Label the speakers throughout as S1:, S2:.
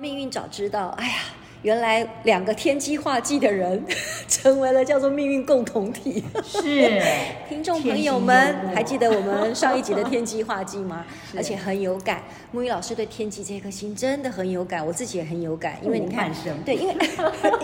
S1: 命运早知道，哎呀，原来两个天机化忌的人 成为了叫做命运共同体。
S2: 是，
S1: 听众朋友们，还记得我们上一集的天机化忌吗？而且很有感，木鱼老师对天机这颗星真的很有感，我自己也很有感，因为你看
S2: 半，生。
S1: 对，因为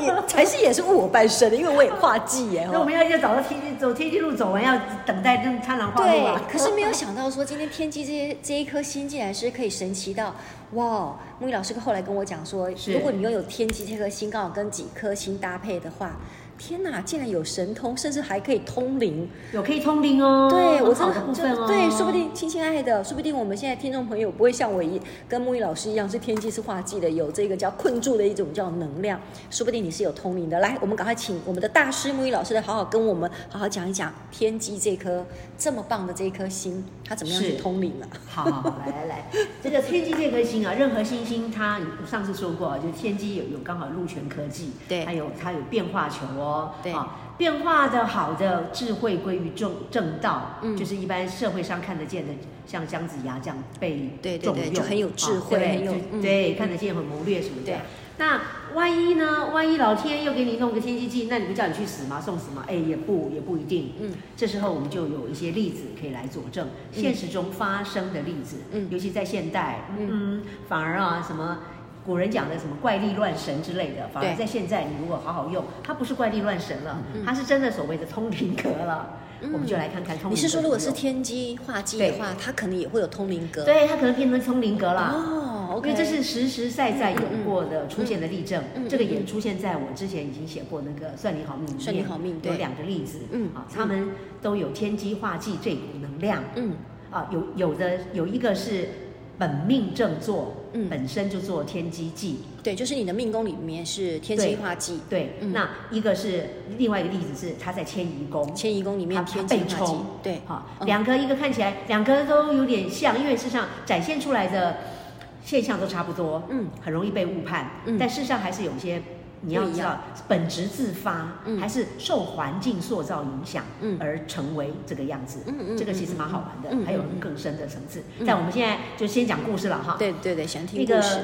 S1: 也才是也是误我半生的，因为我也化忌耶。
S2: 那我
S1: 哦
S2: 们要要找到天机，走天机路走完，要等待这参狼化
S1: 对
S2: 路啊。，
S1: 可是没有想到说今天天机这些这一颗星竟然是可以神奇到哇！木鱼老师后来跟我讲说，
S2: 是
S1: 如果你拥有天机这颗星，刚好跟几颗星搭配的话，天哪，竟然有神通，甚至还可以通灵。
S2: 有可以通灵哦，
S1: 对我真
S2: 很
S1: 的
S2: 好的部
S1: 就
S2: 分哦，
S1: 对，说不定亲亲爱爱的，说不定我们现在听众朋友不会像我一跟木易老师一样是天机是化忌的，有这个叫困住的一种叫能量，说不定你是有通灵的。来，我们赶快请我们的大师木易老师来好好跟我们好好讲一讲天机这颗这么棒的这一颗心，它怎么样去
S2: 是
S1: 通灵啊？
S2: 好好好，来来来，这个天机这颗星啊，任何星星它，我上次说过啊，就是天机有有刚好禄权科技，
S1: 对
S2: 还有它有变化球哦，
S1: 对
S2: 啊，变化的好的智慧归于正正道，
S1: 嗯
S2: 就是一般社会上看得见的，像姜子牙这样被
S1: 对对
S2: 重
S1: 对
S2: 用
S1: 就很有智慧
S2: 啊对
S1: 很有
S2: 就
S1: 嗯
S2: 对，看得见很谋略什么的
S1: 对。
S2: 那万一呢？万一老天又给你弄个天机记，那你不叫你去死吗？送死吗？哎，也不也不一定。
S1: 嗯，
S2: 这时候我们就有一些例子可以来佐证现实中发生的例子，
S1: 嗯
S2: 尤其在现代，
S1: 嗯
S2: 嗯，反而啊什么。古人讲的什么怪力乱神之类的，反而
S1: 对
S2: 在现在你如果好好用，它不是怪力乱神了，
S1: 嗯
S2: 它是真的所谓的通灵阁了。我们就来看看通灵阁。
S1: 你是说如果是？天机化忌的话，它可能也会有通灵格？
S2: 对，它可能变成通灵阁了。
S1: 哦
S2: 因
S1: ，OK，
S2: 为这是实实在在有过的出现的例证
S1: 嗯嗯嗯，
S2: 这个也出现在我之前已经写过那个《算你好命》里面，
S1: 算你好命对
S2: 有两个例子，
S1: 嗯
S2: 啊，他们都有天机化忌这股能量，
S1: 嗯
S2: 啊，有有的有一个是本命正坐
S1: 嗯，
S2: 本身就做天机忌，
S1: 对，就是你的命宫里面是天机
S2: 对
S1: 化忌，
S2: 对，
S1: 嗯
S2: 那一个是另外一个例子是他在迁移宫，
S1: 迁移宫里面
S2: 它
S1: 天
S2: 它
S1: 机
S2: 被
S1: 化忌
S2: 冲，，
S1: 对，
S2: 好，
S1: 嗯
S2: 两个一个看起来两个都有点像，因为事实上展现出来的现象都差不多，
S1: 嗯，
S2: 很容易被误判，
S1: 嗯
S2: 但事实上还是有一些。你要
S1: 不一
S2: 知
S1: 样
S2: 道，本质自发、
S1: 嗯
S2: 还是受环境塑造影响，
S1: 嗯
S2: 而成为这个样子，
S1: 嗯嗯
S2: 这个其实
S1: 嗯
S2: 蛮好玩的，
S1: 嗯嗯嗯
S2: 还有更深的层次。但我们现在就先讲故事了哈。
S1: 对对对，想听
S2: 那
S1: 故
S2: 个
S1: 事。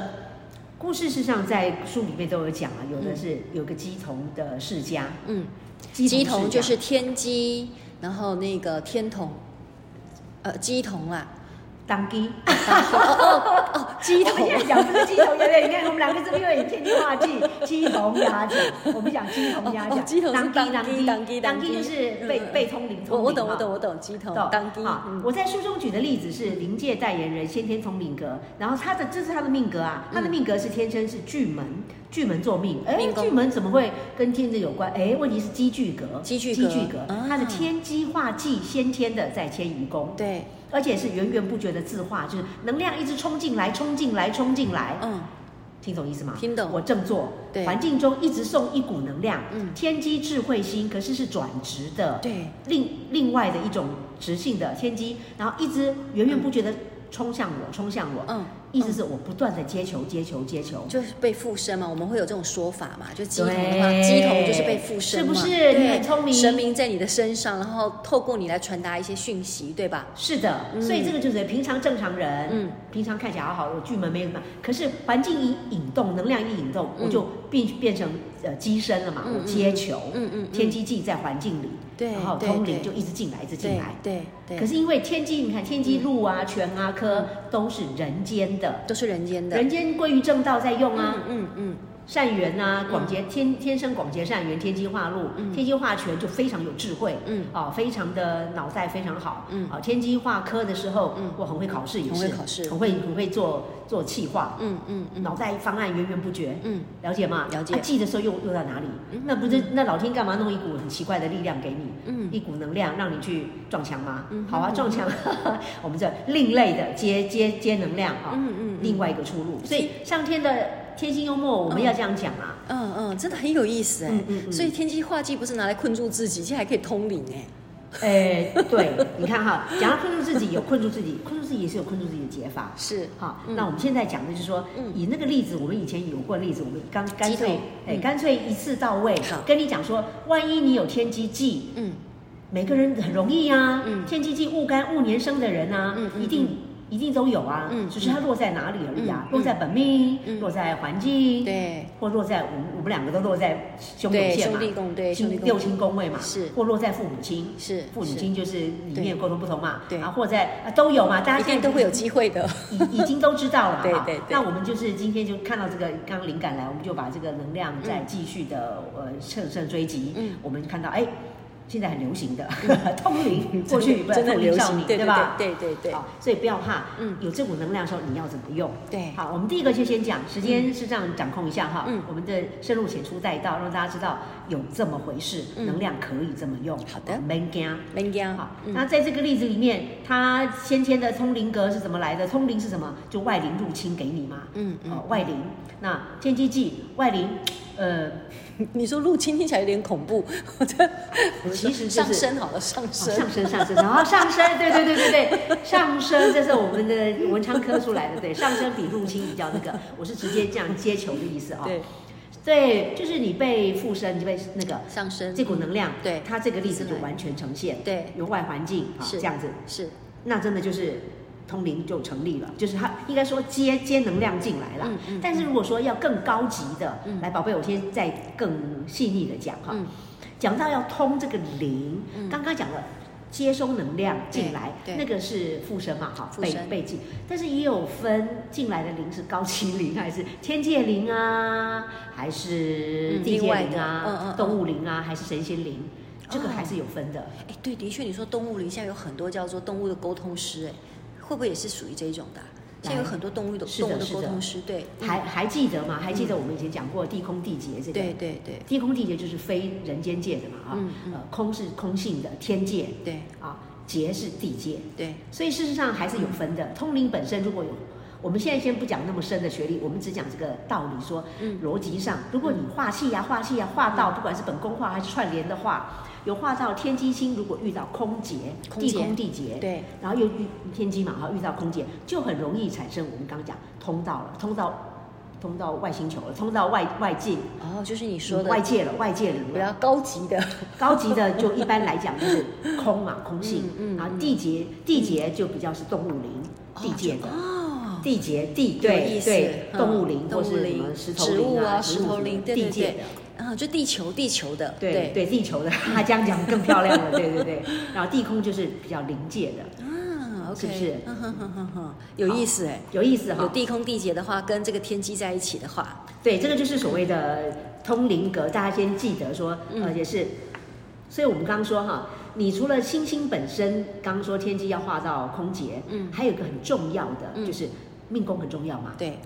S2: 故事事实上在书里面都有讲啊，有的是有个鸡童的世家，
S1: 嗯，
S2: 鸡
S1: 鸡
S2: 童世
S1: 同
S2: 家
S1: 就是天机，然后那个天同，呃，鸡同啦，
S2: 当鸡。
S1: 哦，鸡
S2: 我
S1: 同
S2: 们现在讲这个鸡同鸭讲，你看我们两个这边有天津话剧，鸡同鸭讲，我们讲鸡同鸭
S1: 哦哦
S2: 讲，
S1: 鸡同是
S2: 当
S1: 当
S2: 鸡
S1: 鸡
S2: 当
S1: 当
S2: 鸡
S1: 鸡
S2: 当
S1: 当鸡
S2: 鸡就是被
S1: 嗯嗯
S2: 被通灵通
S1: 我
S2: 灵
S1: 我懂
S2: 嘛
S1: 我懂我懂，鸡同
S2: 懂
S1: 当鸡，
S2: 啊
S1: 嗯
S2: 我在书中举的例子是灵界代言人，先天通灵格，然后他的这是他的命格啊，他的命格是天生是巨门，巨门做命，哎，
S1: 嗯命宫
S2: 巨门怎么会跟天这有关？哎，问题是鸡巨格，
S1: 鸡巨
S2: 鸡
S1: 格
S2: 巨格
S1: 啊，
S2: 他的天机化忌先天的在迁移宫，
S1: 对，
S2: 而且是源源不绝的自化，就是能量一直冲进来，冲进来，冲进来，
S1: 嗯，
S2: 听懂意思吗？
S1: 听懂
S2: 我正坐，
S1: 对
S2: 环境中一直送一股能量，
S1: 嗯
S2: 天机智慧星，可是是转职的，
S1: 对，
S2: 另另外的一种直性的天机，然后一直源源不绝的冲向我，冲向我，
S1: 嗯，
S2: 意思是我不断的接球，接球，接球。
S1: 就是被附身嘛，我们会有这种说法嘛，就鸡同
S2: 对
S1: 的话，鸡同就是被附身嘛，
S2: 是不是
S1: 对
S2: 你很聪明
S1: 神明在你的身上，然后透过你来传达一些讯息，对吧？
S2: 是的，
S1: 嗯
S2: 所以这个就是平常正常人，
S1: 嗯
S2: 平常看起来好好的，我巨门没有嘛，可是环境一引动，能量一引动，
S1: 嗯
S2: 我就变变成呃机身了嘛，
S1: 嗯
S2: 我接球，
S1: 嗯嗯嗯
S2: 天机记在环境里，
S1: 对
S2: 然后
S1: 对
S2: 通灵
S1: 对
S2: 就一直进来，一直进
S1: 对
S2: 来，
S1: 对对，嗯
S2: 可是因为天机，你看天机路啊、权啊、科都是人间的，
S1: 都是人间的，
S2: 人间归于正道在用啊。
S1: 嗯嗯嗯，嗯
S2: 善缘呐、广结天天生广结善缘，天机化禄，天机化权就非常有智慧，
S1: 嗯
S2: 哦，非常的脑袋非常好，
S1: 嗯
S2: 哦，天机化科的时候，
S1: 嗯
S2: 我很会考试也是，
S1: 很会考试
S2: 很会很会做做企划，
S1: 嗯嗯嗯
S2: 脑袋方案源源不绝，
S1: 嗯，
S2: 了解吗？
S1: 了解
S2: 啊记的时候用用到哪里？那不是那老天干嘛弄一股很奇怪的力量给你？
S1: 嗯
S2: 一股能量让你去撞墙吗？
S1: 嗯
S2: 好啊，撞墙， 我们这另类的接接接能量啊，
S1: 嗯嗯嗯
S2: 另外一个出路。
S1: 是
S2: 所以上天的天性幽默，我们要这样讲啊。
S1: 嗯嗯，真的很有意思哎、
S2: 嗯嗯嗯
S1: 所以天机化忌不是拿来困住自己，其实还可以通灵哎、
S2: 哎，对，你看哈，讲到困住自己，有困住自己，困住自己也是有困住自己的解法。
S1: 是
S2: 好，
S1: 嗯
S2: 那我们现在讲的就是说
S1: 嗯，
S2: 以那个例子，我们以前有过例子，我们刚干
S1: 鸡腿
S2: 脆，哎，
S1: 嗯
S2: 干脆一次到位
S1: 好，
S2: 跟你讲说，万一你有天机忌，
S1: 嗯
S2: 每个人很容易啊，
S1: 嗯
S2: 天机忌戊干戊年生的人啊，
S1: 嗯嗯
S2: 一定。一定都有啊，
S1: 嗯
S2: 只是它落在哪里而已啊，
S1: 嗯
S2: 落在本命，
S1: 嗯
S2: 落在环境，
S1: 对
S2: 或落在我们我们两个都落在兄弟
S1: 对
S2: 线
S1: 兄
S2: 嘛，
S1: 弟共对
S2: 亲
S1: 兄弟
S2: 六
S1: 共
S2: 亲宫位嘛，
S1: 是
S2: 或落在父母亲，
S1: 是
S2: 父母
S1: 是
S2: 亲就是里面
S1: 对
S2: 沟通不同嘛，
S1: 对
S2: 啊，或在啊都有嘛，大家
S1: 一
S2: 现在
S1: 定都会有机会的。
S2: 已已经都知道了
S1: 对
S2: 哈
S1: 对对
S2: 那我们就是今天就看到这个刚刚灵感来，我们就把这个能量再继续的、呃乘胜追击。
S1: 嗯
S2: 我们看到哎，现在很流行的、通 灵，过去不是
S1: 真的
S2: 通
S1: 很
S2: 灵
S1: 流
S2: 少
S1: 行
S2: 女，
S1: 对对
S2: 吧？
S1: 对对对对
S2: 好，所以不要怕，
S1: 嗯
S2: 嗯，有这股能量的时候你要怎么用？
S1: 对
S2: 好，我们第一个就先讲，时间是这样掌控一下哈，
S1: 嗯
S2: 我们的深入浅出带到，让大家知道有这么回事，
S1: 嗯
S2: 能量可以这么用。
S1: 好的
S2: 没惊。
S1: 人
S2: 好
S1: 家，
S2: 那在这个例子里面，他先天的通灵格是怎么来的？通灵是什么？就外灵入侵给你嘛。
S1: 嗯
S2: 哦
S1: 嗯，，
S2: 外灵。那天机忌外灵，呃，
S1: 你说入侵听起来有点恐怖，我这
S2: 其实就
S1: 上
S2: 是
S1: 升好了，上
S2: 哦
S1: 升，
S2: 上升上升，然后上升，对对对对对，上升，这是我们的文昌科出来的，对，上升比入侵比较那个，我是直接这样接球的意思哦。
S1: 对，
S2: 对，就是你被附身，你被那个
S1: 上升
S2: 这股能量，
S1: 嗯对
S2: 它这个例子就完全呈现，
S1: 对
S2: 由外环境啊
S1: 是
S2: 这样子，
S1: 是
S2: 那真的就是通灵就成立了，就是它应该说接接能量进来了。
S1: 嗯嗯
S2: 但是如果说要更高级的，
S1: 嗯
S2: 来宝贝，我先再更细腻的讲哈，
S1: 嗯
S2: 讲到要通这个灵，
S1: 嗯
S2: 刚刚讲了。接收能量进来，
S1: 对对
S2: 那个是附身嘛，哈，
S1: 附
S2: 被
S1: 身
S2: 被进，但是也有分进来的灵是高级灵还是天界灵啊，还是
S1: 嗯
S2: 地
S1: 另
S2: 界
S1: 外的
S2: 灵啊，
S1: 嗯嗯嗯
S2: 动物灵啊，还是神仙灵，这个
S1: 哦
S2: 还是有分的。
S1: 哎，对，的确，你说动物灵现在有很多叫做动物的沟通师，哎，会不会也是属于这一种的啊？现在有很多动物的
S2: 是的
S1: 动物的
S2: 是
S1: 沟
S2: 的
S1: 通师，对，嗯
S2: 还还记得吗？还记得我们以前讲过地空地劫这个？
S1: 对对对
S2: 地空地劫就是非人间界的嘛啊，
S1: 嗯嗯
S2: 呃，空是空性的天界
S1: 对
S2: 啊，劫是地界，
S1: 对，
S2: 所以事实上还是有分的。通灵本身如果有，我们现在先不讲那么深的学历，我们只讲这个道理说，
S1: 嗯
S2: 逻辑上，如果你化气呀、化气呀、化到，不管是本宫化还是串联的化，有化到天机星，如果遇到空劫、
S1: 空
S2: 地
S1: 劫
S2: 空地劫，
S1: 对，
S2: 然后又遇天机嘛，哈，遇到空劫就很容易产生我们刚刚讲通道了，通到通到外星球了，通到外外界
S1: 然后哦就是你说的
S2: 外界了，外界灵
S1: 比
S2: 了。
S1: 较高级的，
S2: 高级的就一般来讲就是空嘛，空性
S1: 嗯嗯
S2: 啊，地劫地劫就比较是动物灵，地界的。
S1: 哦，
S2: 地劫地
S1: 有意
S2: 对
S1: 思
S2: 对，
S1: 嗯
S2: 动物灵
S1: 动
S2: 或
S1: 物
S2: 是什
S1: 灵
S2: 么石头
S1: 植物
S2: 灵
S1: 啊
S2: 啊，
S1: 石头灵对对
S2: 地界的
S1: 对，啊，就地球地球的，
S2: 对对，地球的， 他这样讲更漂亮了，对对对。然后地空就是比较灵界的，
S1: 啊，OK，
S2: 是不是
S1: 嗯哼哼哼哼，有意思哎，
S2: 有意思哈。
S1: 有地空地劫的话，跟这个天机在一起的话，
S2: 对，这个就是所谓的通灵格，大家先记得说，
S1: 嗯
S2: 呃，也是。所以我们刚刚说哈，你除了星星本身，刚刚说天机要画到空劫，
S1: 嗯
S2: 还有一个很重要的、
S1: 嗯
S2: 就是命宫很重要嘛，
S1: 对，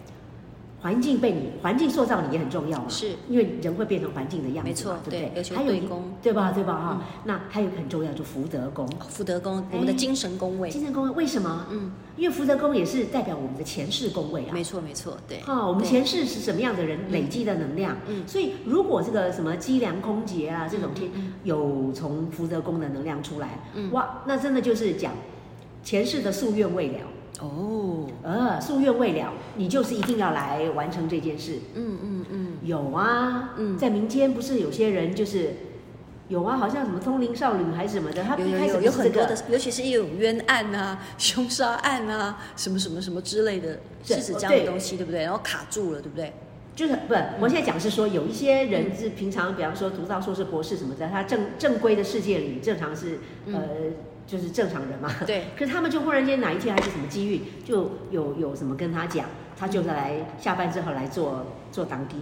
S2: 环境被你环境塑造你也很重要嘛，
S1: 是
S2: 因为人会变成环境的样子嘛，
S1: 没错对
S2: 对不
S1: 尤
S2: 对？
S1: 其是
S2: 还有
S1: 对
S2: 一
S1: 宫嗯
S2: 对吧？对吧？哈、那还有一个很重要，就福德宫，
S1: 福德宫我们的精神宫位，
S2: 哦哎精神宫为什么？
S1: 嗯，
S2: 因为福德宫也是代表我们的前世宫位啊，
S1: 没错没错，对，
S2: 哦，我们
S1: 对
S2: 前世是什么样的人累积的能量？
S1: 嗯
S2: 所以如果这个什么积粮空劫啊，这种天
S1: 嗯嗯
S2: 有从福德宫的能量出来，
S1: 嗯
S2: 哇，那真的就是讲前世的夙愿未了，
S1: 哦，
S2: 呃，夙愿未了，你就是一定要来完成这件事。
S1: 嗯嗯嗯，
S2: 有啊，
S1: 嗯
S2: 在民间不是有些人就是有啊，好像什么通灵少女还是什么的，他
S1: 有
S2: 一
S1: 有
S2: 开始
S1: 有
S2: 不
S1: 有
S2: 是这
S1: 很多
S2: 个
S1: 的。，尤其是一种冤案啊、凶杀案啊、什么什么什么之类的，
S2: 对
S1: 是
S2: 哦
S1: 指这样的
S2: 对
S1: 东西，对不对？然后卡住了，对不对？
S2: 就是不，
S1: 嗯
S2: 我现在讲是说，有一些人是平常，比方说读到硕士、博士什么的，他正正规的世界里正常是呃，就是正常人嘛。
S1: 嗯对
S2: 可是他们就忽然间哪一天还是什么机遇，就有有什么跟他讲，他就是来下班之后来做做当地，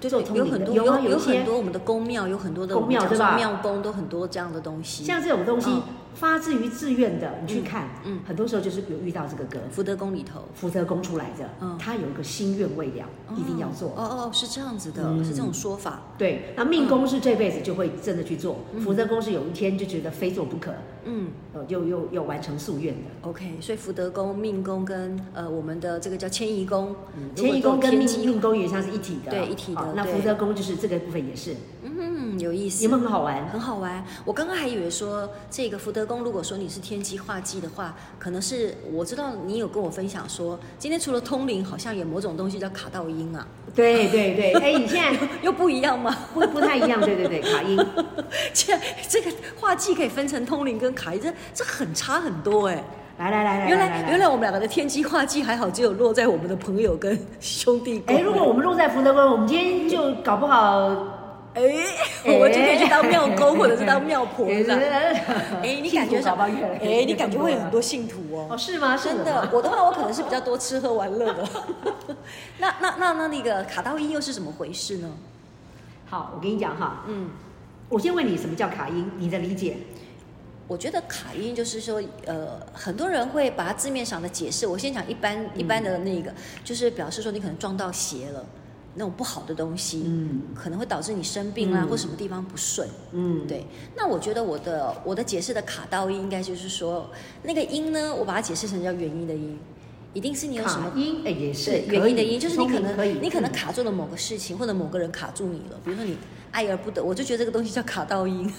S1: 对
S2: 做通
S1: 有
S2: 灵
S1: 很
S2: 的
S1: 多
S2: 有啊
S1: 有
S2: 有一些
S1: 很多我们的宫庙，有很多的
S2: 宫
S1: 我们
S2: 庙
S1: 讲
S2: 对
S1: 说
S2: 吧
S1: 庙宫都很多这样的东西。
S2: 像这种东西
S1: 嗯
S2: 发自于自愿的，你去看，
S1: 嗯
S2: 很多时候就是有遇到这个歌，
S1: 福德宫里头
S2: 福德宫出来
S1: 嗯
S2: 的，他有一个心愿未了，一定要做。
S1: 哦哦哦，是这样子的，
S2: 嗯
S1: 是这种说法。
S2: 对，那
S1: 嗯
S2: 命宫是这辈子就会真的去做，福德宫是有一天就觉得非做不可，
S1: 嗯
S2: 呃，又又又完成夙愿的。
S1: ，OK，所以福德宫、命宫跟呃我们的这个叫迁移宫，嗯如果
S2: 嗯迁移宫
S1: 都
S2: 跟命
S1: 迁移
S2: 命宫也像是一体的，啊
S1: 对一体的
S2: 好那
S1: 对
S2: 福德宫就是这个部分也是，
S1: 嗯，有意思，
S2: 有没有很好玩？
S1: 很好玩。我刚刚还以为说这个福德宫，如果说你是天机化忌的话，可能是我知道你有跟我分享说，今天除了通灵，好像有某种东西叫卡道音啊，
S2: 对对对，哎，你现在
S1: 又不一样吗？
S2: 不不太一样，对对对，卡音。
S1: 这这个化忌可以分成通灵跟卡音，这这很差很多哎、
S2: 来来来来，
S1: 原
S2: 来
S1: 来原来我们两个的天机化忌还好，只有落在我们的朋友跟兄弟宫。
S2: 哎，如果我们落在福德宫，我们今天就搞不好，
S1: 哎，我就可以去当庙公或者是当庙婆了。哎
S2: 哎，
S1: 你感觉
S2: 搞
S1: 上
S2: 不好越来越
S1: 哎，你感觉会有很多信徒
S2: 哦，
S1: 哦。
S2: 是吗？是
S1: 真的
S2: 吗，
S1: 我的话我可能是比较多吃喝玩乐的。 那那那那那个卡道音又是怎么回事呢？
S2: 好，我跟你讲哈，
S1: 嗯，
S2: 我先问你什么叫卡音，你的理解？
S1: 我觉得卡音就是说，呃，很多人会把它字面上的解释。我先讲一般一般的那个，就是表示说你可能撞到邪了，那种不好的东西，
S2: 嗯
S1: 可能会导致你生病啦、
S2: 嗯
S1: 或什么地方不顺。
S2: 嗯，
S1: 对，那我觉得我的我的解释的卡到音应该就是说，那个音呢，我把它解释成叫原因的音，一定是你有什
S2: 卡
S1: 么。
S2: 音哎也是
S1: 对，原因的
S2: 可以
S1: 因就是你可
S2: 聪明可以
S1: 能，你可能
S2: 嗯
S1: 卡住了某个事情，或者某个人卡住你了。比如说你爱而不得，我就觉得这个东西叫卡到音。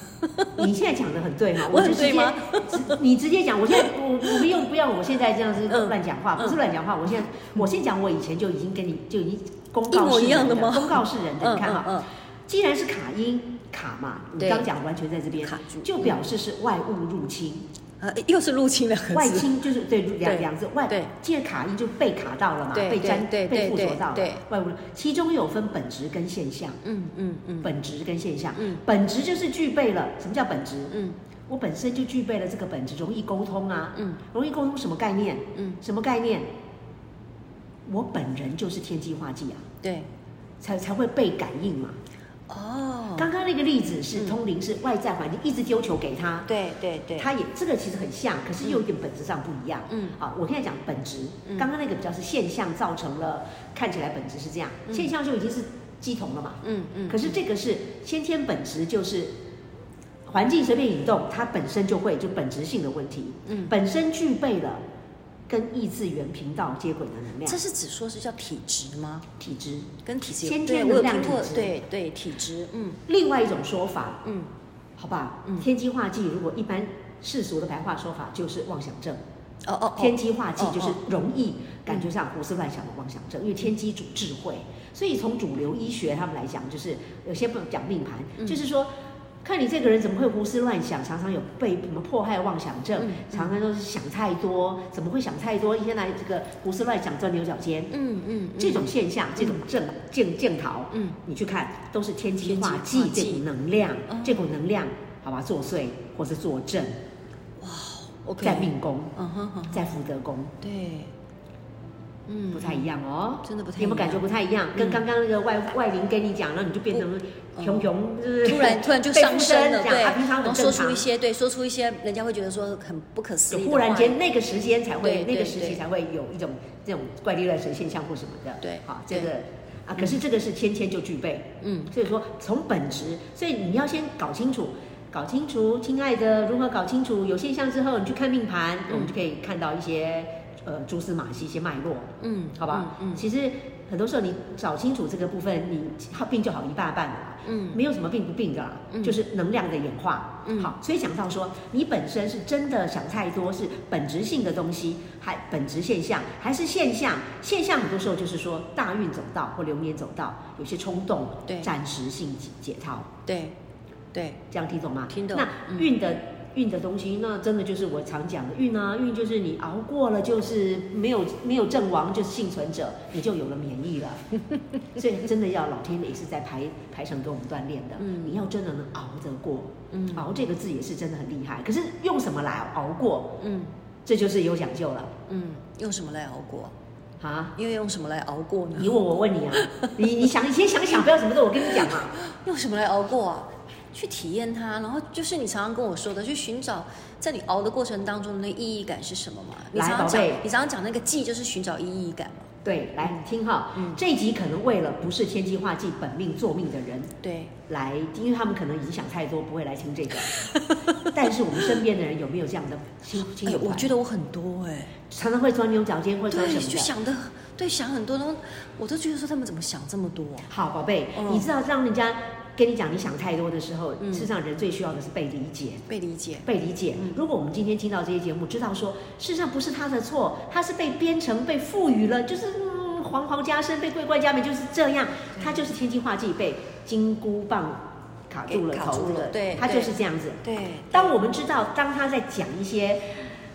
S2: 你现在讲的很对哈，
S1: 我
S2: 就
S1: 很
S2: 直
S1: 对
S2: 接
S1: 吗
S2: 直你直接讲，我现在我我不用不要我现在这样子
S1: 嗯
S2: 乱讲话，不是乱讲话，我现在我先讲我以前就已经跟你就已经公
S1: 一
S2: 告
S1: 模
S2: 示
S1: 一样
S2: 人
S1: 的吗
S2: 公告示人
S1: 嗯
S2: 的，你看啊哈，
S1: 嗯
S2: 既然是卡音卡嘛，你
S1: 对
S2: 刚讲完全在这边
S1: 卡住，
S2: 就表示是外物入侵，
S1: 嗯，呃，又是入侵两个字。
S2: 外侵就是对两
S1: 对
S2: 两字外
S1: 对，
S2: 既然卡音就被卡到了嘛，
S1: 对
S2: 被粘
S1: 对对
S2: 被附
S1: 对
S2: 着到了
S1: 对
S2: 外物，其中有分本质跟现象，
S1: 嗯嗯嗯
S2: 本质跟现象
S1: 嗯，
S2: 本质就是具备了，什么叫本质？
S1: 嗯
S2: 我本身就具备了这个本质，容易沟通啊，
S1: 嗯
S2: 容易沟通什么概念？
S1: 嗯，
S2: 什么概念？我本人就是天机化忌啊，
S1: 对。
S2: 才才会被感应嘛。
S1: 哦，
S2: 刚刚那个例子是
S1: 嗯
S2: 通灵，是外在环境一直丢球给他，
S1: 对对对，
S2: 他也这个其实很像，可是又有点本质上不一样。
S1: 嗯
S2: 啊，我现在讲本质
S1: 嗯，
S2: 刚刚那个比较是现象造成了，看起来本质是这样，
S1: 嗯
S2: 现象就已经是鸡同了嘛。
S1: 嗯嗯，
S2: 可是这个是先天本质，就是环境随便引动，它本身就会就本质性的问题，
S1: 嗯
S2: 本身具备了跟异次元频道接轨的能量
S1: 这，是只说是叫体质吗？
S2: 体质。
S1: 跟体质有
S2: 先
S1: 对
S2: 天
S1: 我有
S2: 能量
S1: 听过
S2: 体，质
S1: 对对体质，嗯
S2: 另外一种说法，
S1: 嗯，
S2: 好吧，
S1: 嗯
S2: 天机化忌，如果一般世俗的白话说法就是妄想症，
S1: 哦哦，哦
S2: 天机化忌
S1: 哦
S2: 就是
S1: 哦
S2: 容易感觉上胡思乱想的妄想症，因为天机主智慧，所以从主流医学他们来讲，就是有些不讲
S1: 嗯
S2: 命盘，就是说。看你这个人怎么会胡思乱想，常常有被什么迫害妄想
S1: 嗯
S2: 症，
S1: 嗯
S2: 常常都是想太多，怎么会想太多？一天来这个胡思乱想，钻牛角尖，
S1: 嗯嗯，嗯
S2: 这种现象，这种症症症逃，
S1: 嗯
S2: 你去看都是天机
S1: 天机
S2: 化
S1: 化
S2: 忌
S1: 忌
S2: 这股能量
S1: 哦，
S2: 这股能量好吧作祟或是作症，
S1: OK，
S2: 在，命宫，
S1: 嗯哼哼，
S2: 在福德宫，
S1: 对，嗯，
S2: 不太一样哦，
S1: 真的不太一
S2: 有
S1: 样
S2: 没有感觉不太一样？跟
S1: 嗯
S2: 刚刚那个外外灵跟你讲，然后你就变成
S1: 不
S2: 熊熊，就是
S1: 突然突然就
S2: 被附
S1: 上升了，
S2: 这样
S1: 对，
S2: 啊平常
S1: 然后
S2: 很
S1: 说
S2: 正
S1: 出
S2: 常
S1: 一，些对，说出一些人家会觉得说很不可思
S2: 有
S1: 议的
S2: 忽然
S1: 话
S2: 间那个时间才会
S1: 对，
S2: 那
S1: 对
S2: 个时期
S1: 对
S2: 才会有一种这种怪力乱神现象或什么的，
S1: 对
S2: 好，这
S1: 对
S2: 个啊，可是这个是先天就具备，
S1: 嗯
S2: 所以说从本质，所以你要先搞清楚，搞清楚，亲爱的，如何搞清楚有现象之后，你去看命盘，我们就可以看到一些呃蛛丝马迹、一些脉络，
S1: 嗯，
S2: 好吧？
S1: 嗯
S2: 其实很多时候你找清楚这个部分，你好病就好一大半了啦。
S1: 嗯
S2: 没有什么病不病的啦，
S1: 嗯
S2: 就是能量的演化。
S1: 嗯
S2: 好，所以讲到说，你本身是真的想太多，是本质性的东西，还本质现象，还是现象？现象很多时候就是说大运走到或流年走到，有些冲动，
S1: 对
S2: 暂时性解解套，
S1: 嗯，对对，
S2: 这样听懂吗？
S1: 听懂
S2: 那
S1: 嗯
S2: 运的。运的东西，那真的就是我常讲的运啊，运就是你熬过了，就是没有没有阵亡，就是幸存者，你就有了免 疫了。所以真的要老天也是在排排程给我们锻炼的。
S1: 嗯
S2: 你要真的能熬得过，
S1: 嗯
S2: 熬这个字也是真的很厉害。可是用什么来熬过，
S1: 嗯
S2: 这就是有讲究了。
S1: 嗯，用什么来熬过？
S2: 啊？
S1: 因为用什么来熬过呢？
S2: 你问我问 你啊，你你想你先想想，不要什么都我跟你讲嘛。
S1: 用什么来熬过啊？去体验它，然后就是你常常跟我说的，去寻找在你熬的过程当中的那意义感是什么嘛？你
S2: 来
S1: 常常
S2: 宝
S1: 讲
S2: 贝，
S1: 你常常讲那个记就是寻找意义感嘛。
S2: 对，来听哈，
S1: 嗯
S2: 这一集可能为了不是天机化忌本命做命的人
S1: 对，
S2: 来，因为他们可能已经想太多，不会来 听这个。但是我们身边的人有没有这样的亲亲
S1: 哎
S2: 友、，
S1: 我觉得我很多哎、
S2: 常常会钻牛角尖，会钻什
S1: 对，
S2: 么
S1: 就
S2: 的。
S1: 想的，对，想很多，然后我都觉得说他们怎么想这么多啊、
S2: 好，宝贝，
S1: 嗯
S2: 你知道让人家跟你讲你想太多的时候，事实上人最需要的是被理解。
S1: 被理解。
S2: 被理解。
S1: 嗯
S2: 如果我们今天听到这些节目，知道说事实上不是他的错，他是被编程、被赋予了，就是、嗯、黄袍加身、被桂冠加冕，就是这样。
S1: 嗯
S2: 他就是天机化忌，被金箍棒卡住了
S1: 给卡
S2: 头
S1: 住了
S2: 的，
S1: 对
S2: 他
S1: 对
S2: 就是这样子。
S1: 对，
S2: 当我们知道，当他在讲一些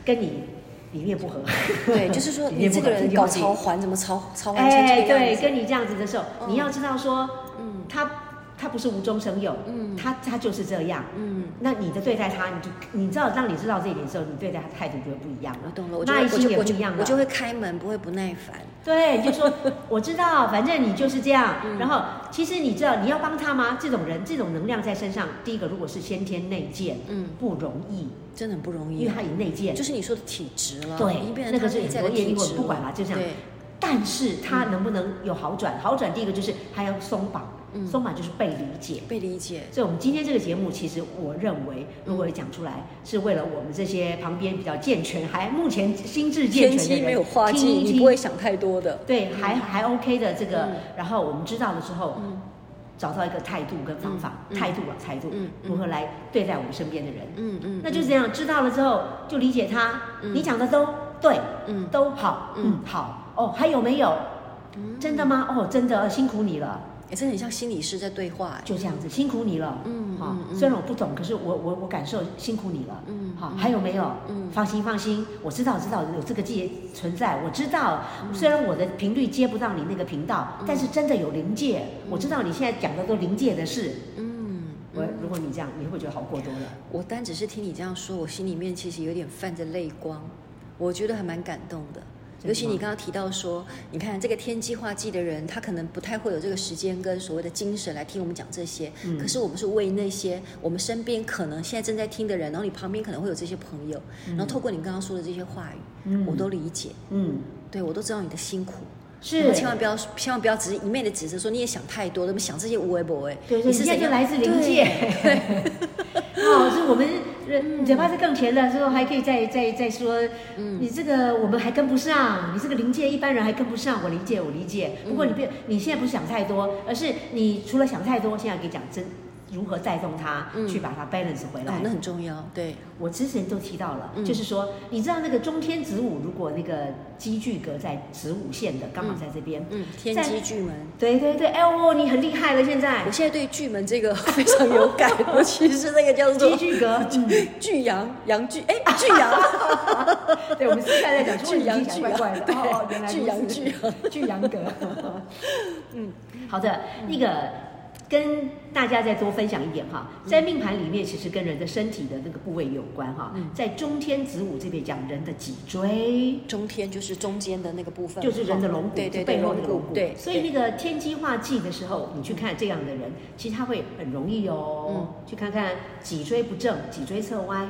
S2: 跟你理念不合，
S1: 对，就是说
S2: 理
S1: 你
S2: 念不
S1: 这
S2: 合
S1: 个人
S2: 天机
S1: 搞
S2: 化忌
S1: 曹环，怎么曹曹环成
S2: 哎，
S1: 这个样
S2: 对，
S1: 子？
S2: 跟你这样子的时候，
S1: 嗯
S2: 你要知道说，
S1: 嗯
S2: 他他不是无中生有，
S1: 嗯
S2: 他他就是这样。
S1: 嗯，
S2: 那你的对待他，你就你知道，当你知道这一点的时候，你对待他态度就会不一样
S1: 我
S2: 了，
S1: 懂了，我就
S2: 耐
S1: 会我
S2: 心也
S1: 就
S2: 不
S1: 我就
S2: 一样了。
S1: 我就会开门，不会不耐烦。
S2: 对，你就说我知道，反正你就是这样。
S1: 嗯
S2: 然后其实你知道你要帮他吗？这种人，这种能量在身上，第一个如果是先天内建，
S1: 嗯，
S2: 不容易，
S1: 真的很不容
S2: 因为
S1: 易，啊
S2: 他有内建
S1: 就。是你说的体质了，
S2: 对
S1: 已经变成
S2: 那个
S1: 他
S2: 是
S1: 内在的
S2: 很多原
S1: 体
S2: 因我
S1: 质了。
S2: 不管了就这样
S1: 对，
S2: 但是他能不能有好转？好转，第一个就是他要松绑，
S1: 嗯
S2: 松绑就是被理解。
S1: 被理解。
S2: 所以，我们今天这个节目，其实我认
S1: 嗯
S2: 为，如果讲出来，是为了我们这些旁边比较健全，还目前心智
S1: 天
S2: 健全的
S1: 机
S2: 人，
S1: 没有化忌，
S2: 听一
S1: 你
S2: 听
S1: 不会想太多的。
S2: 对，还还 OK 的这个
S1: 嗯。
S2: 然后我们知道了之后，
S1: 嗯
S2: 找到一个态度跟方法，
S1: 嗯嗯
S2: 态度啊，态度
S1: 嗯，嗯
S2: 如何来对待我们身边的人，
S1: 嗯嗯，
S2: 那就是这样。知道了之后就理解他，
S1: 嗯
S2: 你讲的都对，
S1: 嗯
S2: 都好，
S1: 嗯
S2: 嗯，好。哦，还有没有？
S1: 嗯
S2: 真的吗？哦，真的，辛苦你了。
S1: 也真的很像心理师在对话。哎
S2: 就这样子，辛苦你了。
S1: 嗯
S2: 好
S1: 嗯，嗯
S2: 虽然我不懂，可是我我我感受辛苦你了。
S1: 嗯
S2: 好
S1: 嗯，
S2: 还有没有？
S1: 嗯
S2: 放心放心，我知道知道有这个界存在，我知道。
S1: 嗯
S2: 虽然我的频率接不到你那个频道，但是真的有临界，我知道你现在讲的都临界的事。
S1: 嗯，
S2: 我如果你这样，你会不会觉得好过多了。
S1: 我单只是听你这样说，我心里面其实有点泛着泪光，我觉得还蛮感动的。
S2: 真的吗
S1: 尤其你刚刚提到说，你看这个天机化忌的人，他可能不太会有这个时间跟所谓的精神来听我们讲这些。
S2: 嗯
S1: 可是我们是为那些我们身边可能现在正在听的人，然后你旁边可能会有这些朋友，然后透过你刚刚说的这些话语，
S2: 嗯
S1: 我都理解，
S2: 嗯，
S1: 对我都知道你的辛苦。我
S2: 是
S1: 们千万不要，千万不要只是一昧的指责说你也想太多，怎么想这些无为不为？
S2: 对
S1: 你
S2: 对，
S1: 是
S2: 现在
S1: 怎
S2: 就
S1: 样
S2: 来自临界。 哦，是我们
S1: 嗯
S2: 人嘴巴是更甜的，之后还可以再再再说，你这个我们还跟不上，你这个临界一般人还跟不上，我理解我理解。
S1: 嗯
S2: 不过你别，你现在不是想太多，而是你除了想太多，现在可以讲真如何带动它，
S1: 嗯
S2: 去把它 balance 回
S1: 对
S2: 来
S1: 哦，那。很重要，对，
S2: 我之前都提到了，
S1: 嗯
S2: 就是说，你知道那个中天子午，如果那个基聚格在子午线的，刚好在这边。
S1: 嗯，天
S2: 在
S1: 机巨门。
S2: 对对对，哎呦，你很厉害了，现在
S1: 我现在对巨门这个 非常有 感，尤其是那个叫
S2: 基
S1: 做
S2: 聚格。 嗯
S1: 巨羊羊巨，哎，巨羊，
S2: 对，我们私下在讲，
S1: 巨羊
S2: 讲
S1: 巨
S2: 怪
S1: 羊
S2: 怪的，
S1: 对
S2: 哦，哦原来
S1: 巨羊巨
S2: 羊 巨羊格， 嗯，好的，那个跟大家再多分享一点哈，在命盘里面其实跟人的身体的那个部位有关哈，
S1: 嗯
S2: 在中天子午这边讲人的脊椎。
S1: 中天就是中间的那个部分，
S2: 就是人的龙骨，
S1: 对对对，
S2: 就背后那
S1: 龙
S2: 个龙
S1: 骨
S2: 骨，，
S1: 对，
S2: 所以那个天机化忌的时候，你去看这样的人，其实他会很容易哦，
S1: 嗯
S2: 去看看脊椎不正、脊椎侧歪、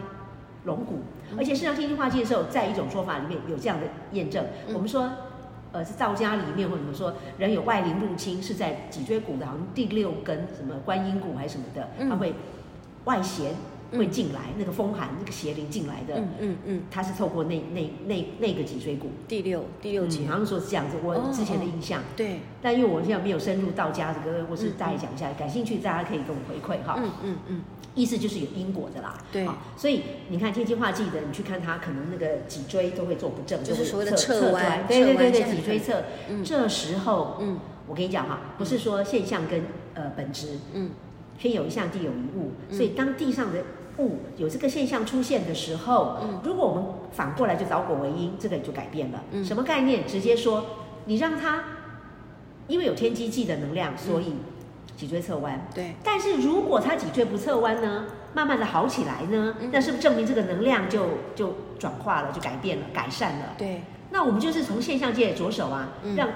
S2: 龙骨，
S1: 嗯
S2: 而且事实上天机化忌的时候，在一种说法里面有这样的验证，
S1: 嗯
S2: 我们说。呃，是道家里面或者怎么说，人有外灵入侵，是在脊椎骨的，好像第六根什么观音骨还是什么的，
S1: 嗯
S2: 它会外邪
S1: 嗯
S2: 会进来，那个风寒那个邪灵进来的，
S1: 嗯嗯嗯，
S2: 它是透过那那那那个脊椎骨，
S1: 第六第六节
S2: 嗯，好像说是这样子，我
S1: 哦
S2: 之前的印象。
S1: 对，
S2: 但因为我现在没有深入道家这个，我是大概讲一下，感兴趣大家可以跟我回馈哈。
S1: 嗯嗯嗯，
S2: 意思就是有因果的啦。
S1: 对
S2: 好所以你看天机化忌的，你去看他可能那个脊椎都会做不正，
S1: 就是
S2: 都会
S1: 所谓
S2: 有
S1: 的侧弯
S2: 转
S1: 侧弯
S2: 对对对
S1: 现在
S2: 对，
S1: 很
S2: 脊椎侧
S1: 嗯。
S2: 这时候，
S1: 嗯
S2: 我跟你讲哈，不是说现象跟呃本质，
S1: 嗯
S2: 天有一象，地有一物，
S1: 嗯
S2: 所以当地上的物有这个现象出现的时候，
S1: 嗯
S2: 如果我们反过来就找果为因，这个也就改变了。
S1: 嗯
S2: 什么概念？直接说，你让它因为有天机记的能
S1: 嗯
S2: 量，所以脊椎侧弯。
S1: 对，
S2: 但是如果它脊椎不侧弯呢，慢慢的好起来呢
S1: 嗯，
S2: 那是不是证明这个能量就就转化了，就改变了，改善了？
S1: 对，
S2: 那我们就是从现象界着手啊，
S1: 嗯
S2: 让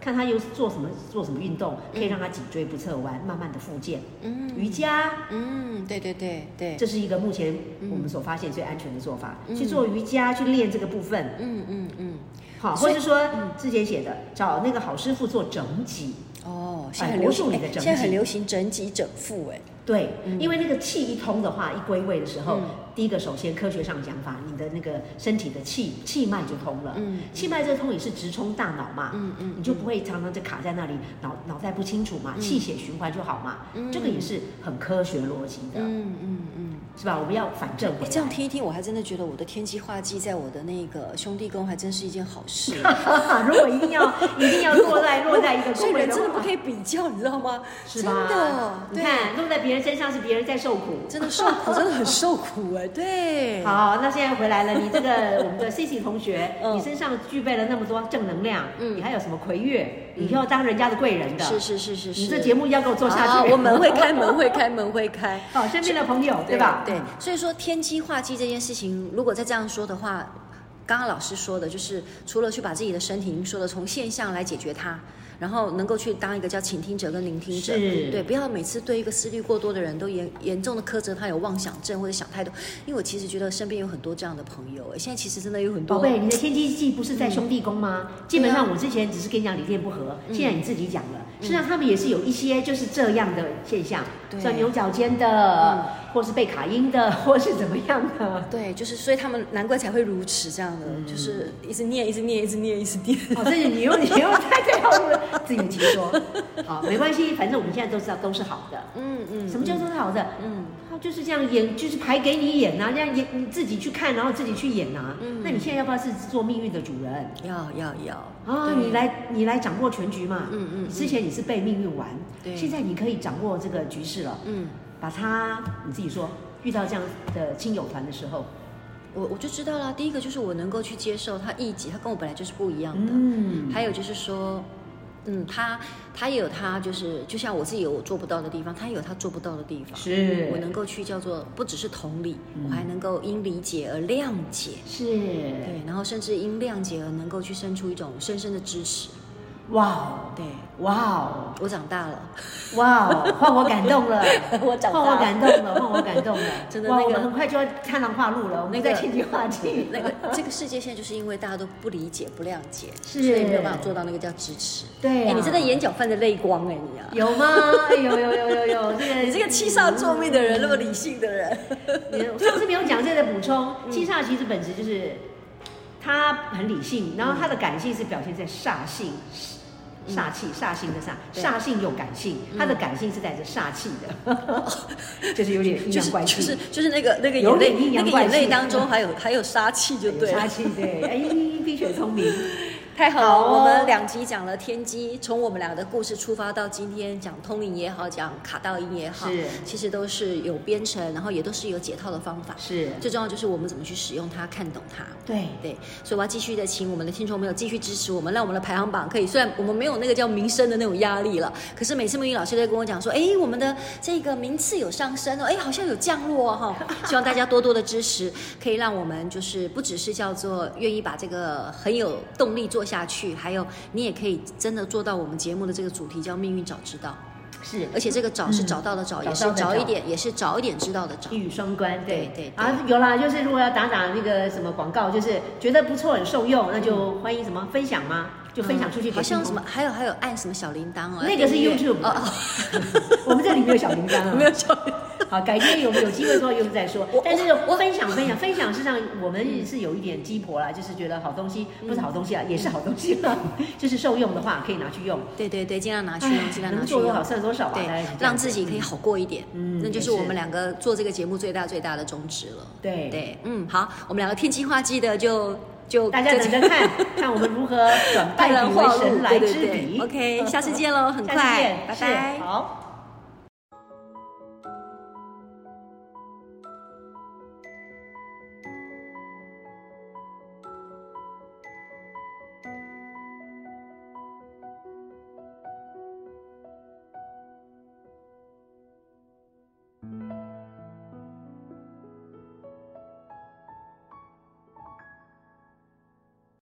S2: 看他又做什么做什么运动，可以让他脊椎不侧弯，慢慢的复健。
S1: 嗯
S2: 瑜伽，
S1: 嗯，对对对对，
S2: 这是一个目前
S1: 嗯
S2: 我们所发现最安全的做法，
S1: 嗯
S2: 去做瑜伽，去练这个部分。
S1: 嗯嗯嗯，
S2: 好，
S1: 所
S2: 或
S1: 以嗯
S2: 者说之前写的，找那个好师傅做整脊，
S1: 哦，现
S2: 百
S1: 在很
S2: 国
S1: 流行，
S2: 助理
S1: 哎
S2: 的整
S1: 现在很
S2: 脊
S1: 流行整脊整腹，哎，
S2: 对，
S1: 嗯
S2: 因为那个气一通的话，一归位的时候，
S1: 嗯
S2: 第一个首先科学上讲法，你的那个身体的气气脉就通了，
S1: 嗯
S2: 气脉这通也是直冲大脑嘛，
S1: 嗯嗯
S2: 你就不会常常就卡在那里，脑脑袋不清楚嘛，
S1: 嗯
S2: 气血循环就好嘛，
S1: 嗯
S2: 这个也是很科学逻辑的，
S1: 嗯嗯嗯。
S2: 是吧？我们要反正回
S1: 哎
S2: 来
S1: 这样听一听，我还真的觉得我的天机化忌在我的那个兄弟宫还真是一件好事。
S2: 如果一定 要一定要落在落在一个
S1: 所以
S2: 宫位
S1: 人
S2: 的
S1: 真的不
S2: 话
S1: 可，以比较，你知道吗？
S2: 是
S1: 真
S2: 吧？
S1: 的，
S2: 你
S1: 对，
S2: 看落在别人身上是别人在受苦，
S1: 真的受苦，真的很受苦哎。对，，
S2: 好，那现在回来了，你 这个我们的 Cici 同学，
S1: 嗯
S2: 你身上具备了那么多正能量，
S1: 嗯
S2: 你还有什么魁月？你要当人家的贵人的，
S1: 是是是是是。
S2: 你这节目要给我做下去，
S1: 啊我门 会开，门会开，门会开。
S2: 好，身边的朋友对吧？
S1: 对，所以说天机化忌这件事情，如果再这样说的话，刚刚老师说的就是，除了去把自己的身体，您说的从现象来解决它，然后能够去当一个叫倾听者跟聆听者，
S2: 是
S1: 对，不要每次对一个思虑过多的人都严严重的苛责他有妄想症或者想太多，因为我其实觉得身边有很多这样的朋友，哎现在其实真的有很多
S2: 宝贝，你的天机忌不是在兄弟宫吗？
S1: 嗯
S2: 基本
S1: 啊
S2: 上我之前只是跟你讲理念不合，现在你自己讲了。实际上他们也是有一些就是这样的现象，
S1: 嗯对嗯
S2: 像牛角尖的，或是被卡音的，或是怎么样的。
S1: 对，就是所以他们难怪才会如此这样的，
S2: 嗯
S1: 就是一直念，一直念，一直念，一直念。
S2: 哦，这是你 又你又太跳入了，自圆其说。好，没关系，反正我们现在都知道都是好的。
S1: 嗯嗯，
S2: 什么叫做好的？
S1: 嗯？
S2: 他就是这样演，就是排给你演呐、啊这样演你自己去看，然后自己去演呐、啊
S1: 嗯
S2: 那你现在要不要是做命运的主人？
S1: 嗯，要要要
S2: 啊，
S1: 对
S2: 你来，你来掌握全局嘛。
S1: 嗯嗯嗯
S2: 之前你是被命运玩，
S1: 对
S2: 现在你可以掌握这个局势了。
S1: 嗯。
S2: 把它，你自己说，遇到这样的亲友团的时候，
S1: 我我就知道啦，第一个就是我能够去接受他异己，他跟我本来就是不一样的。
S2: 嗯，
S1: 还有就是说，嗯，他他也有他就是，就像我自己有我做不到的地方，他也有他做不到的地方。
S2: 是
S1: 我能够去叫做不只是同理，
S2: 嗯
S1: 我还能够因理解而谅解。
S2: 是，
S1: 对，然后甚至因谅解而能够去生出一种深深的支持。
S2: 哇哦，
S1: 对
S2: 哇哦，
S1: 我长大了，
S2: 哇 哦，换我感动了，
S1: 我长大
S2: 换
S1: 了
S2: 我感动了，换我感动了，
S1: 真的
S2: 哇，
S1: 那个
S2: 我们很快就要探浪化路了，我们
S1: 那
S2: 在
S1: 个
S2: 天气话题，
S1: 那个这个世界现在就是因为大家都不理解、不谅解，
S2: 是
S1: 所以没有办法做到那个叫支持。
S2: 对
S1: 哎、
S2: 啊
S1: 你真的眼角泛着泪光哎、你啊！
S2: 有吗？哎有有有有有，这个
S1: 你这个欺煞作命的人，那么理性的人，
S2: 你上次没有讲这个补充，
S1: 嗯
S2: 七煞其实本质就是他很理性，然后他的感性是表现在煞性。煞气、煞性的煞，
S1: 嗯对嗯
S2: 煞性有感性，他的感性是带着煞气的， 就是有点阴
S1: 就
S2: 阳
S1: 是
S2: 怪
S1: 就
S2: 气，
S1: 是就是那个那个
S2: 有
S1: 眼泪
S2: 点阴，阳
S1: 那个
S2: 怪
S1: 眼泪
S2: 气
S1: 当中还有还有杀气，就对了
S2: 煞。气 对，哎，冰雪聪明，
S1: 太好
S2: 好
S1: 了，
S2: 哦
S1: 我们两集讲了天机，从我们俩的故事出发到今天讲通灵也好，讲卡道音也好
S2: 是，
S1: 其实都是有编程，然后也都是有解套的方法。
S2: 是
S1: 最重要就是我们怎么去使用它，看懂它。
S2: 对，
S1: 对，所以我要继续的请我们的听众朋友继续支持我们，让我们的排行榜可以，虽然我们没有那个叫名声的那种压力了，可是每次木鱼老师都会跟我讲说，哎，我们的这个名次有上升哦，哎，好像有降落哦哈、 希望大家多多的支持，可以让我们就是不只是叫做愿意把这个很有动力做下去，还有你也可以真的做到我们节目的这个主题叫命运早知道，
S2: 是
S1: 而且这个早是
S2: 嗯
S1: 找到的早，也
S2: 找
S1: 是
S2: 到的早
S1: 早一点，也是早一点知道的早
S2: 一。语双关，对
S1: 对对对
S2: 啊，有啦，就是如果要打打那个什么广告，就是觉得不错很受用，那就欢迎什么分享吗？就分享出去
S1: 嗯
S2: 给
S1: 好
S2: 亲
S1: 像
S2: 朋
S1: 什么，还有还有按什么小铃铛哦，
S2: 那个是
S1: 订阅
S2: YouTube 的
S1: 哦哦
S2: 我们这里没有小 铃铛啊，
S1: 没有小铃铛。
S2: 好，改天有有机会说，有再说
S1: 我。嗯
S2: 但是分享分享分享，事实上我们是有一点鸡婆啦，就是觉得好东西不是好东西啊，也是好东西啦， 就是受用的话可以拿去用，
S1: 对对对，尽量拿去用，尽量拿
S2: 能
S1: 去
S2: 做
S1: 用
S2: 多。少算多少啊，大概
S1: 对
S2: 是这样，
S1: 让自己可以好过一点，
S2: 嗯
S1: 那就是
S2: 也是
S1: 我们两个做这个节目最大最大的宗旨了。
S2: 对
S1: 对，嗯，好，我们两个天机化忌的就就
S2: 大家等着 看看我们如何转败
S1: 拜
S2: 笔
S1: 人
S2: 为
S1: 化
S2: 神
S1: 路，
S2: 来
S1: 对
S2: 之
S1: 对对
S2: 笔。 嗯
S1: ，OK，下次见喽，很
S2: 下次
S1: 快
S2: 见，，
S1: 拜
S2: 是
S1: 拜。
S2: 好。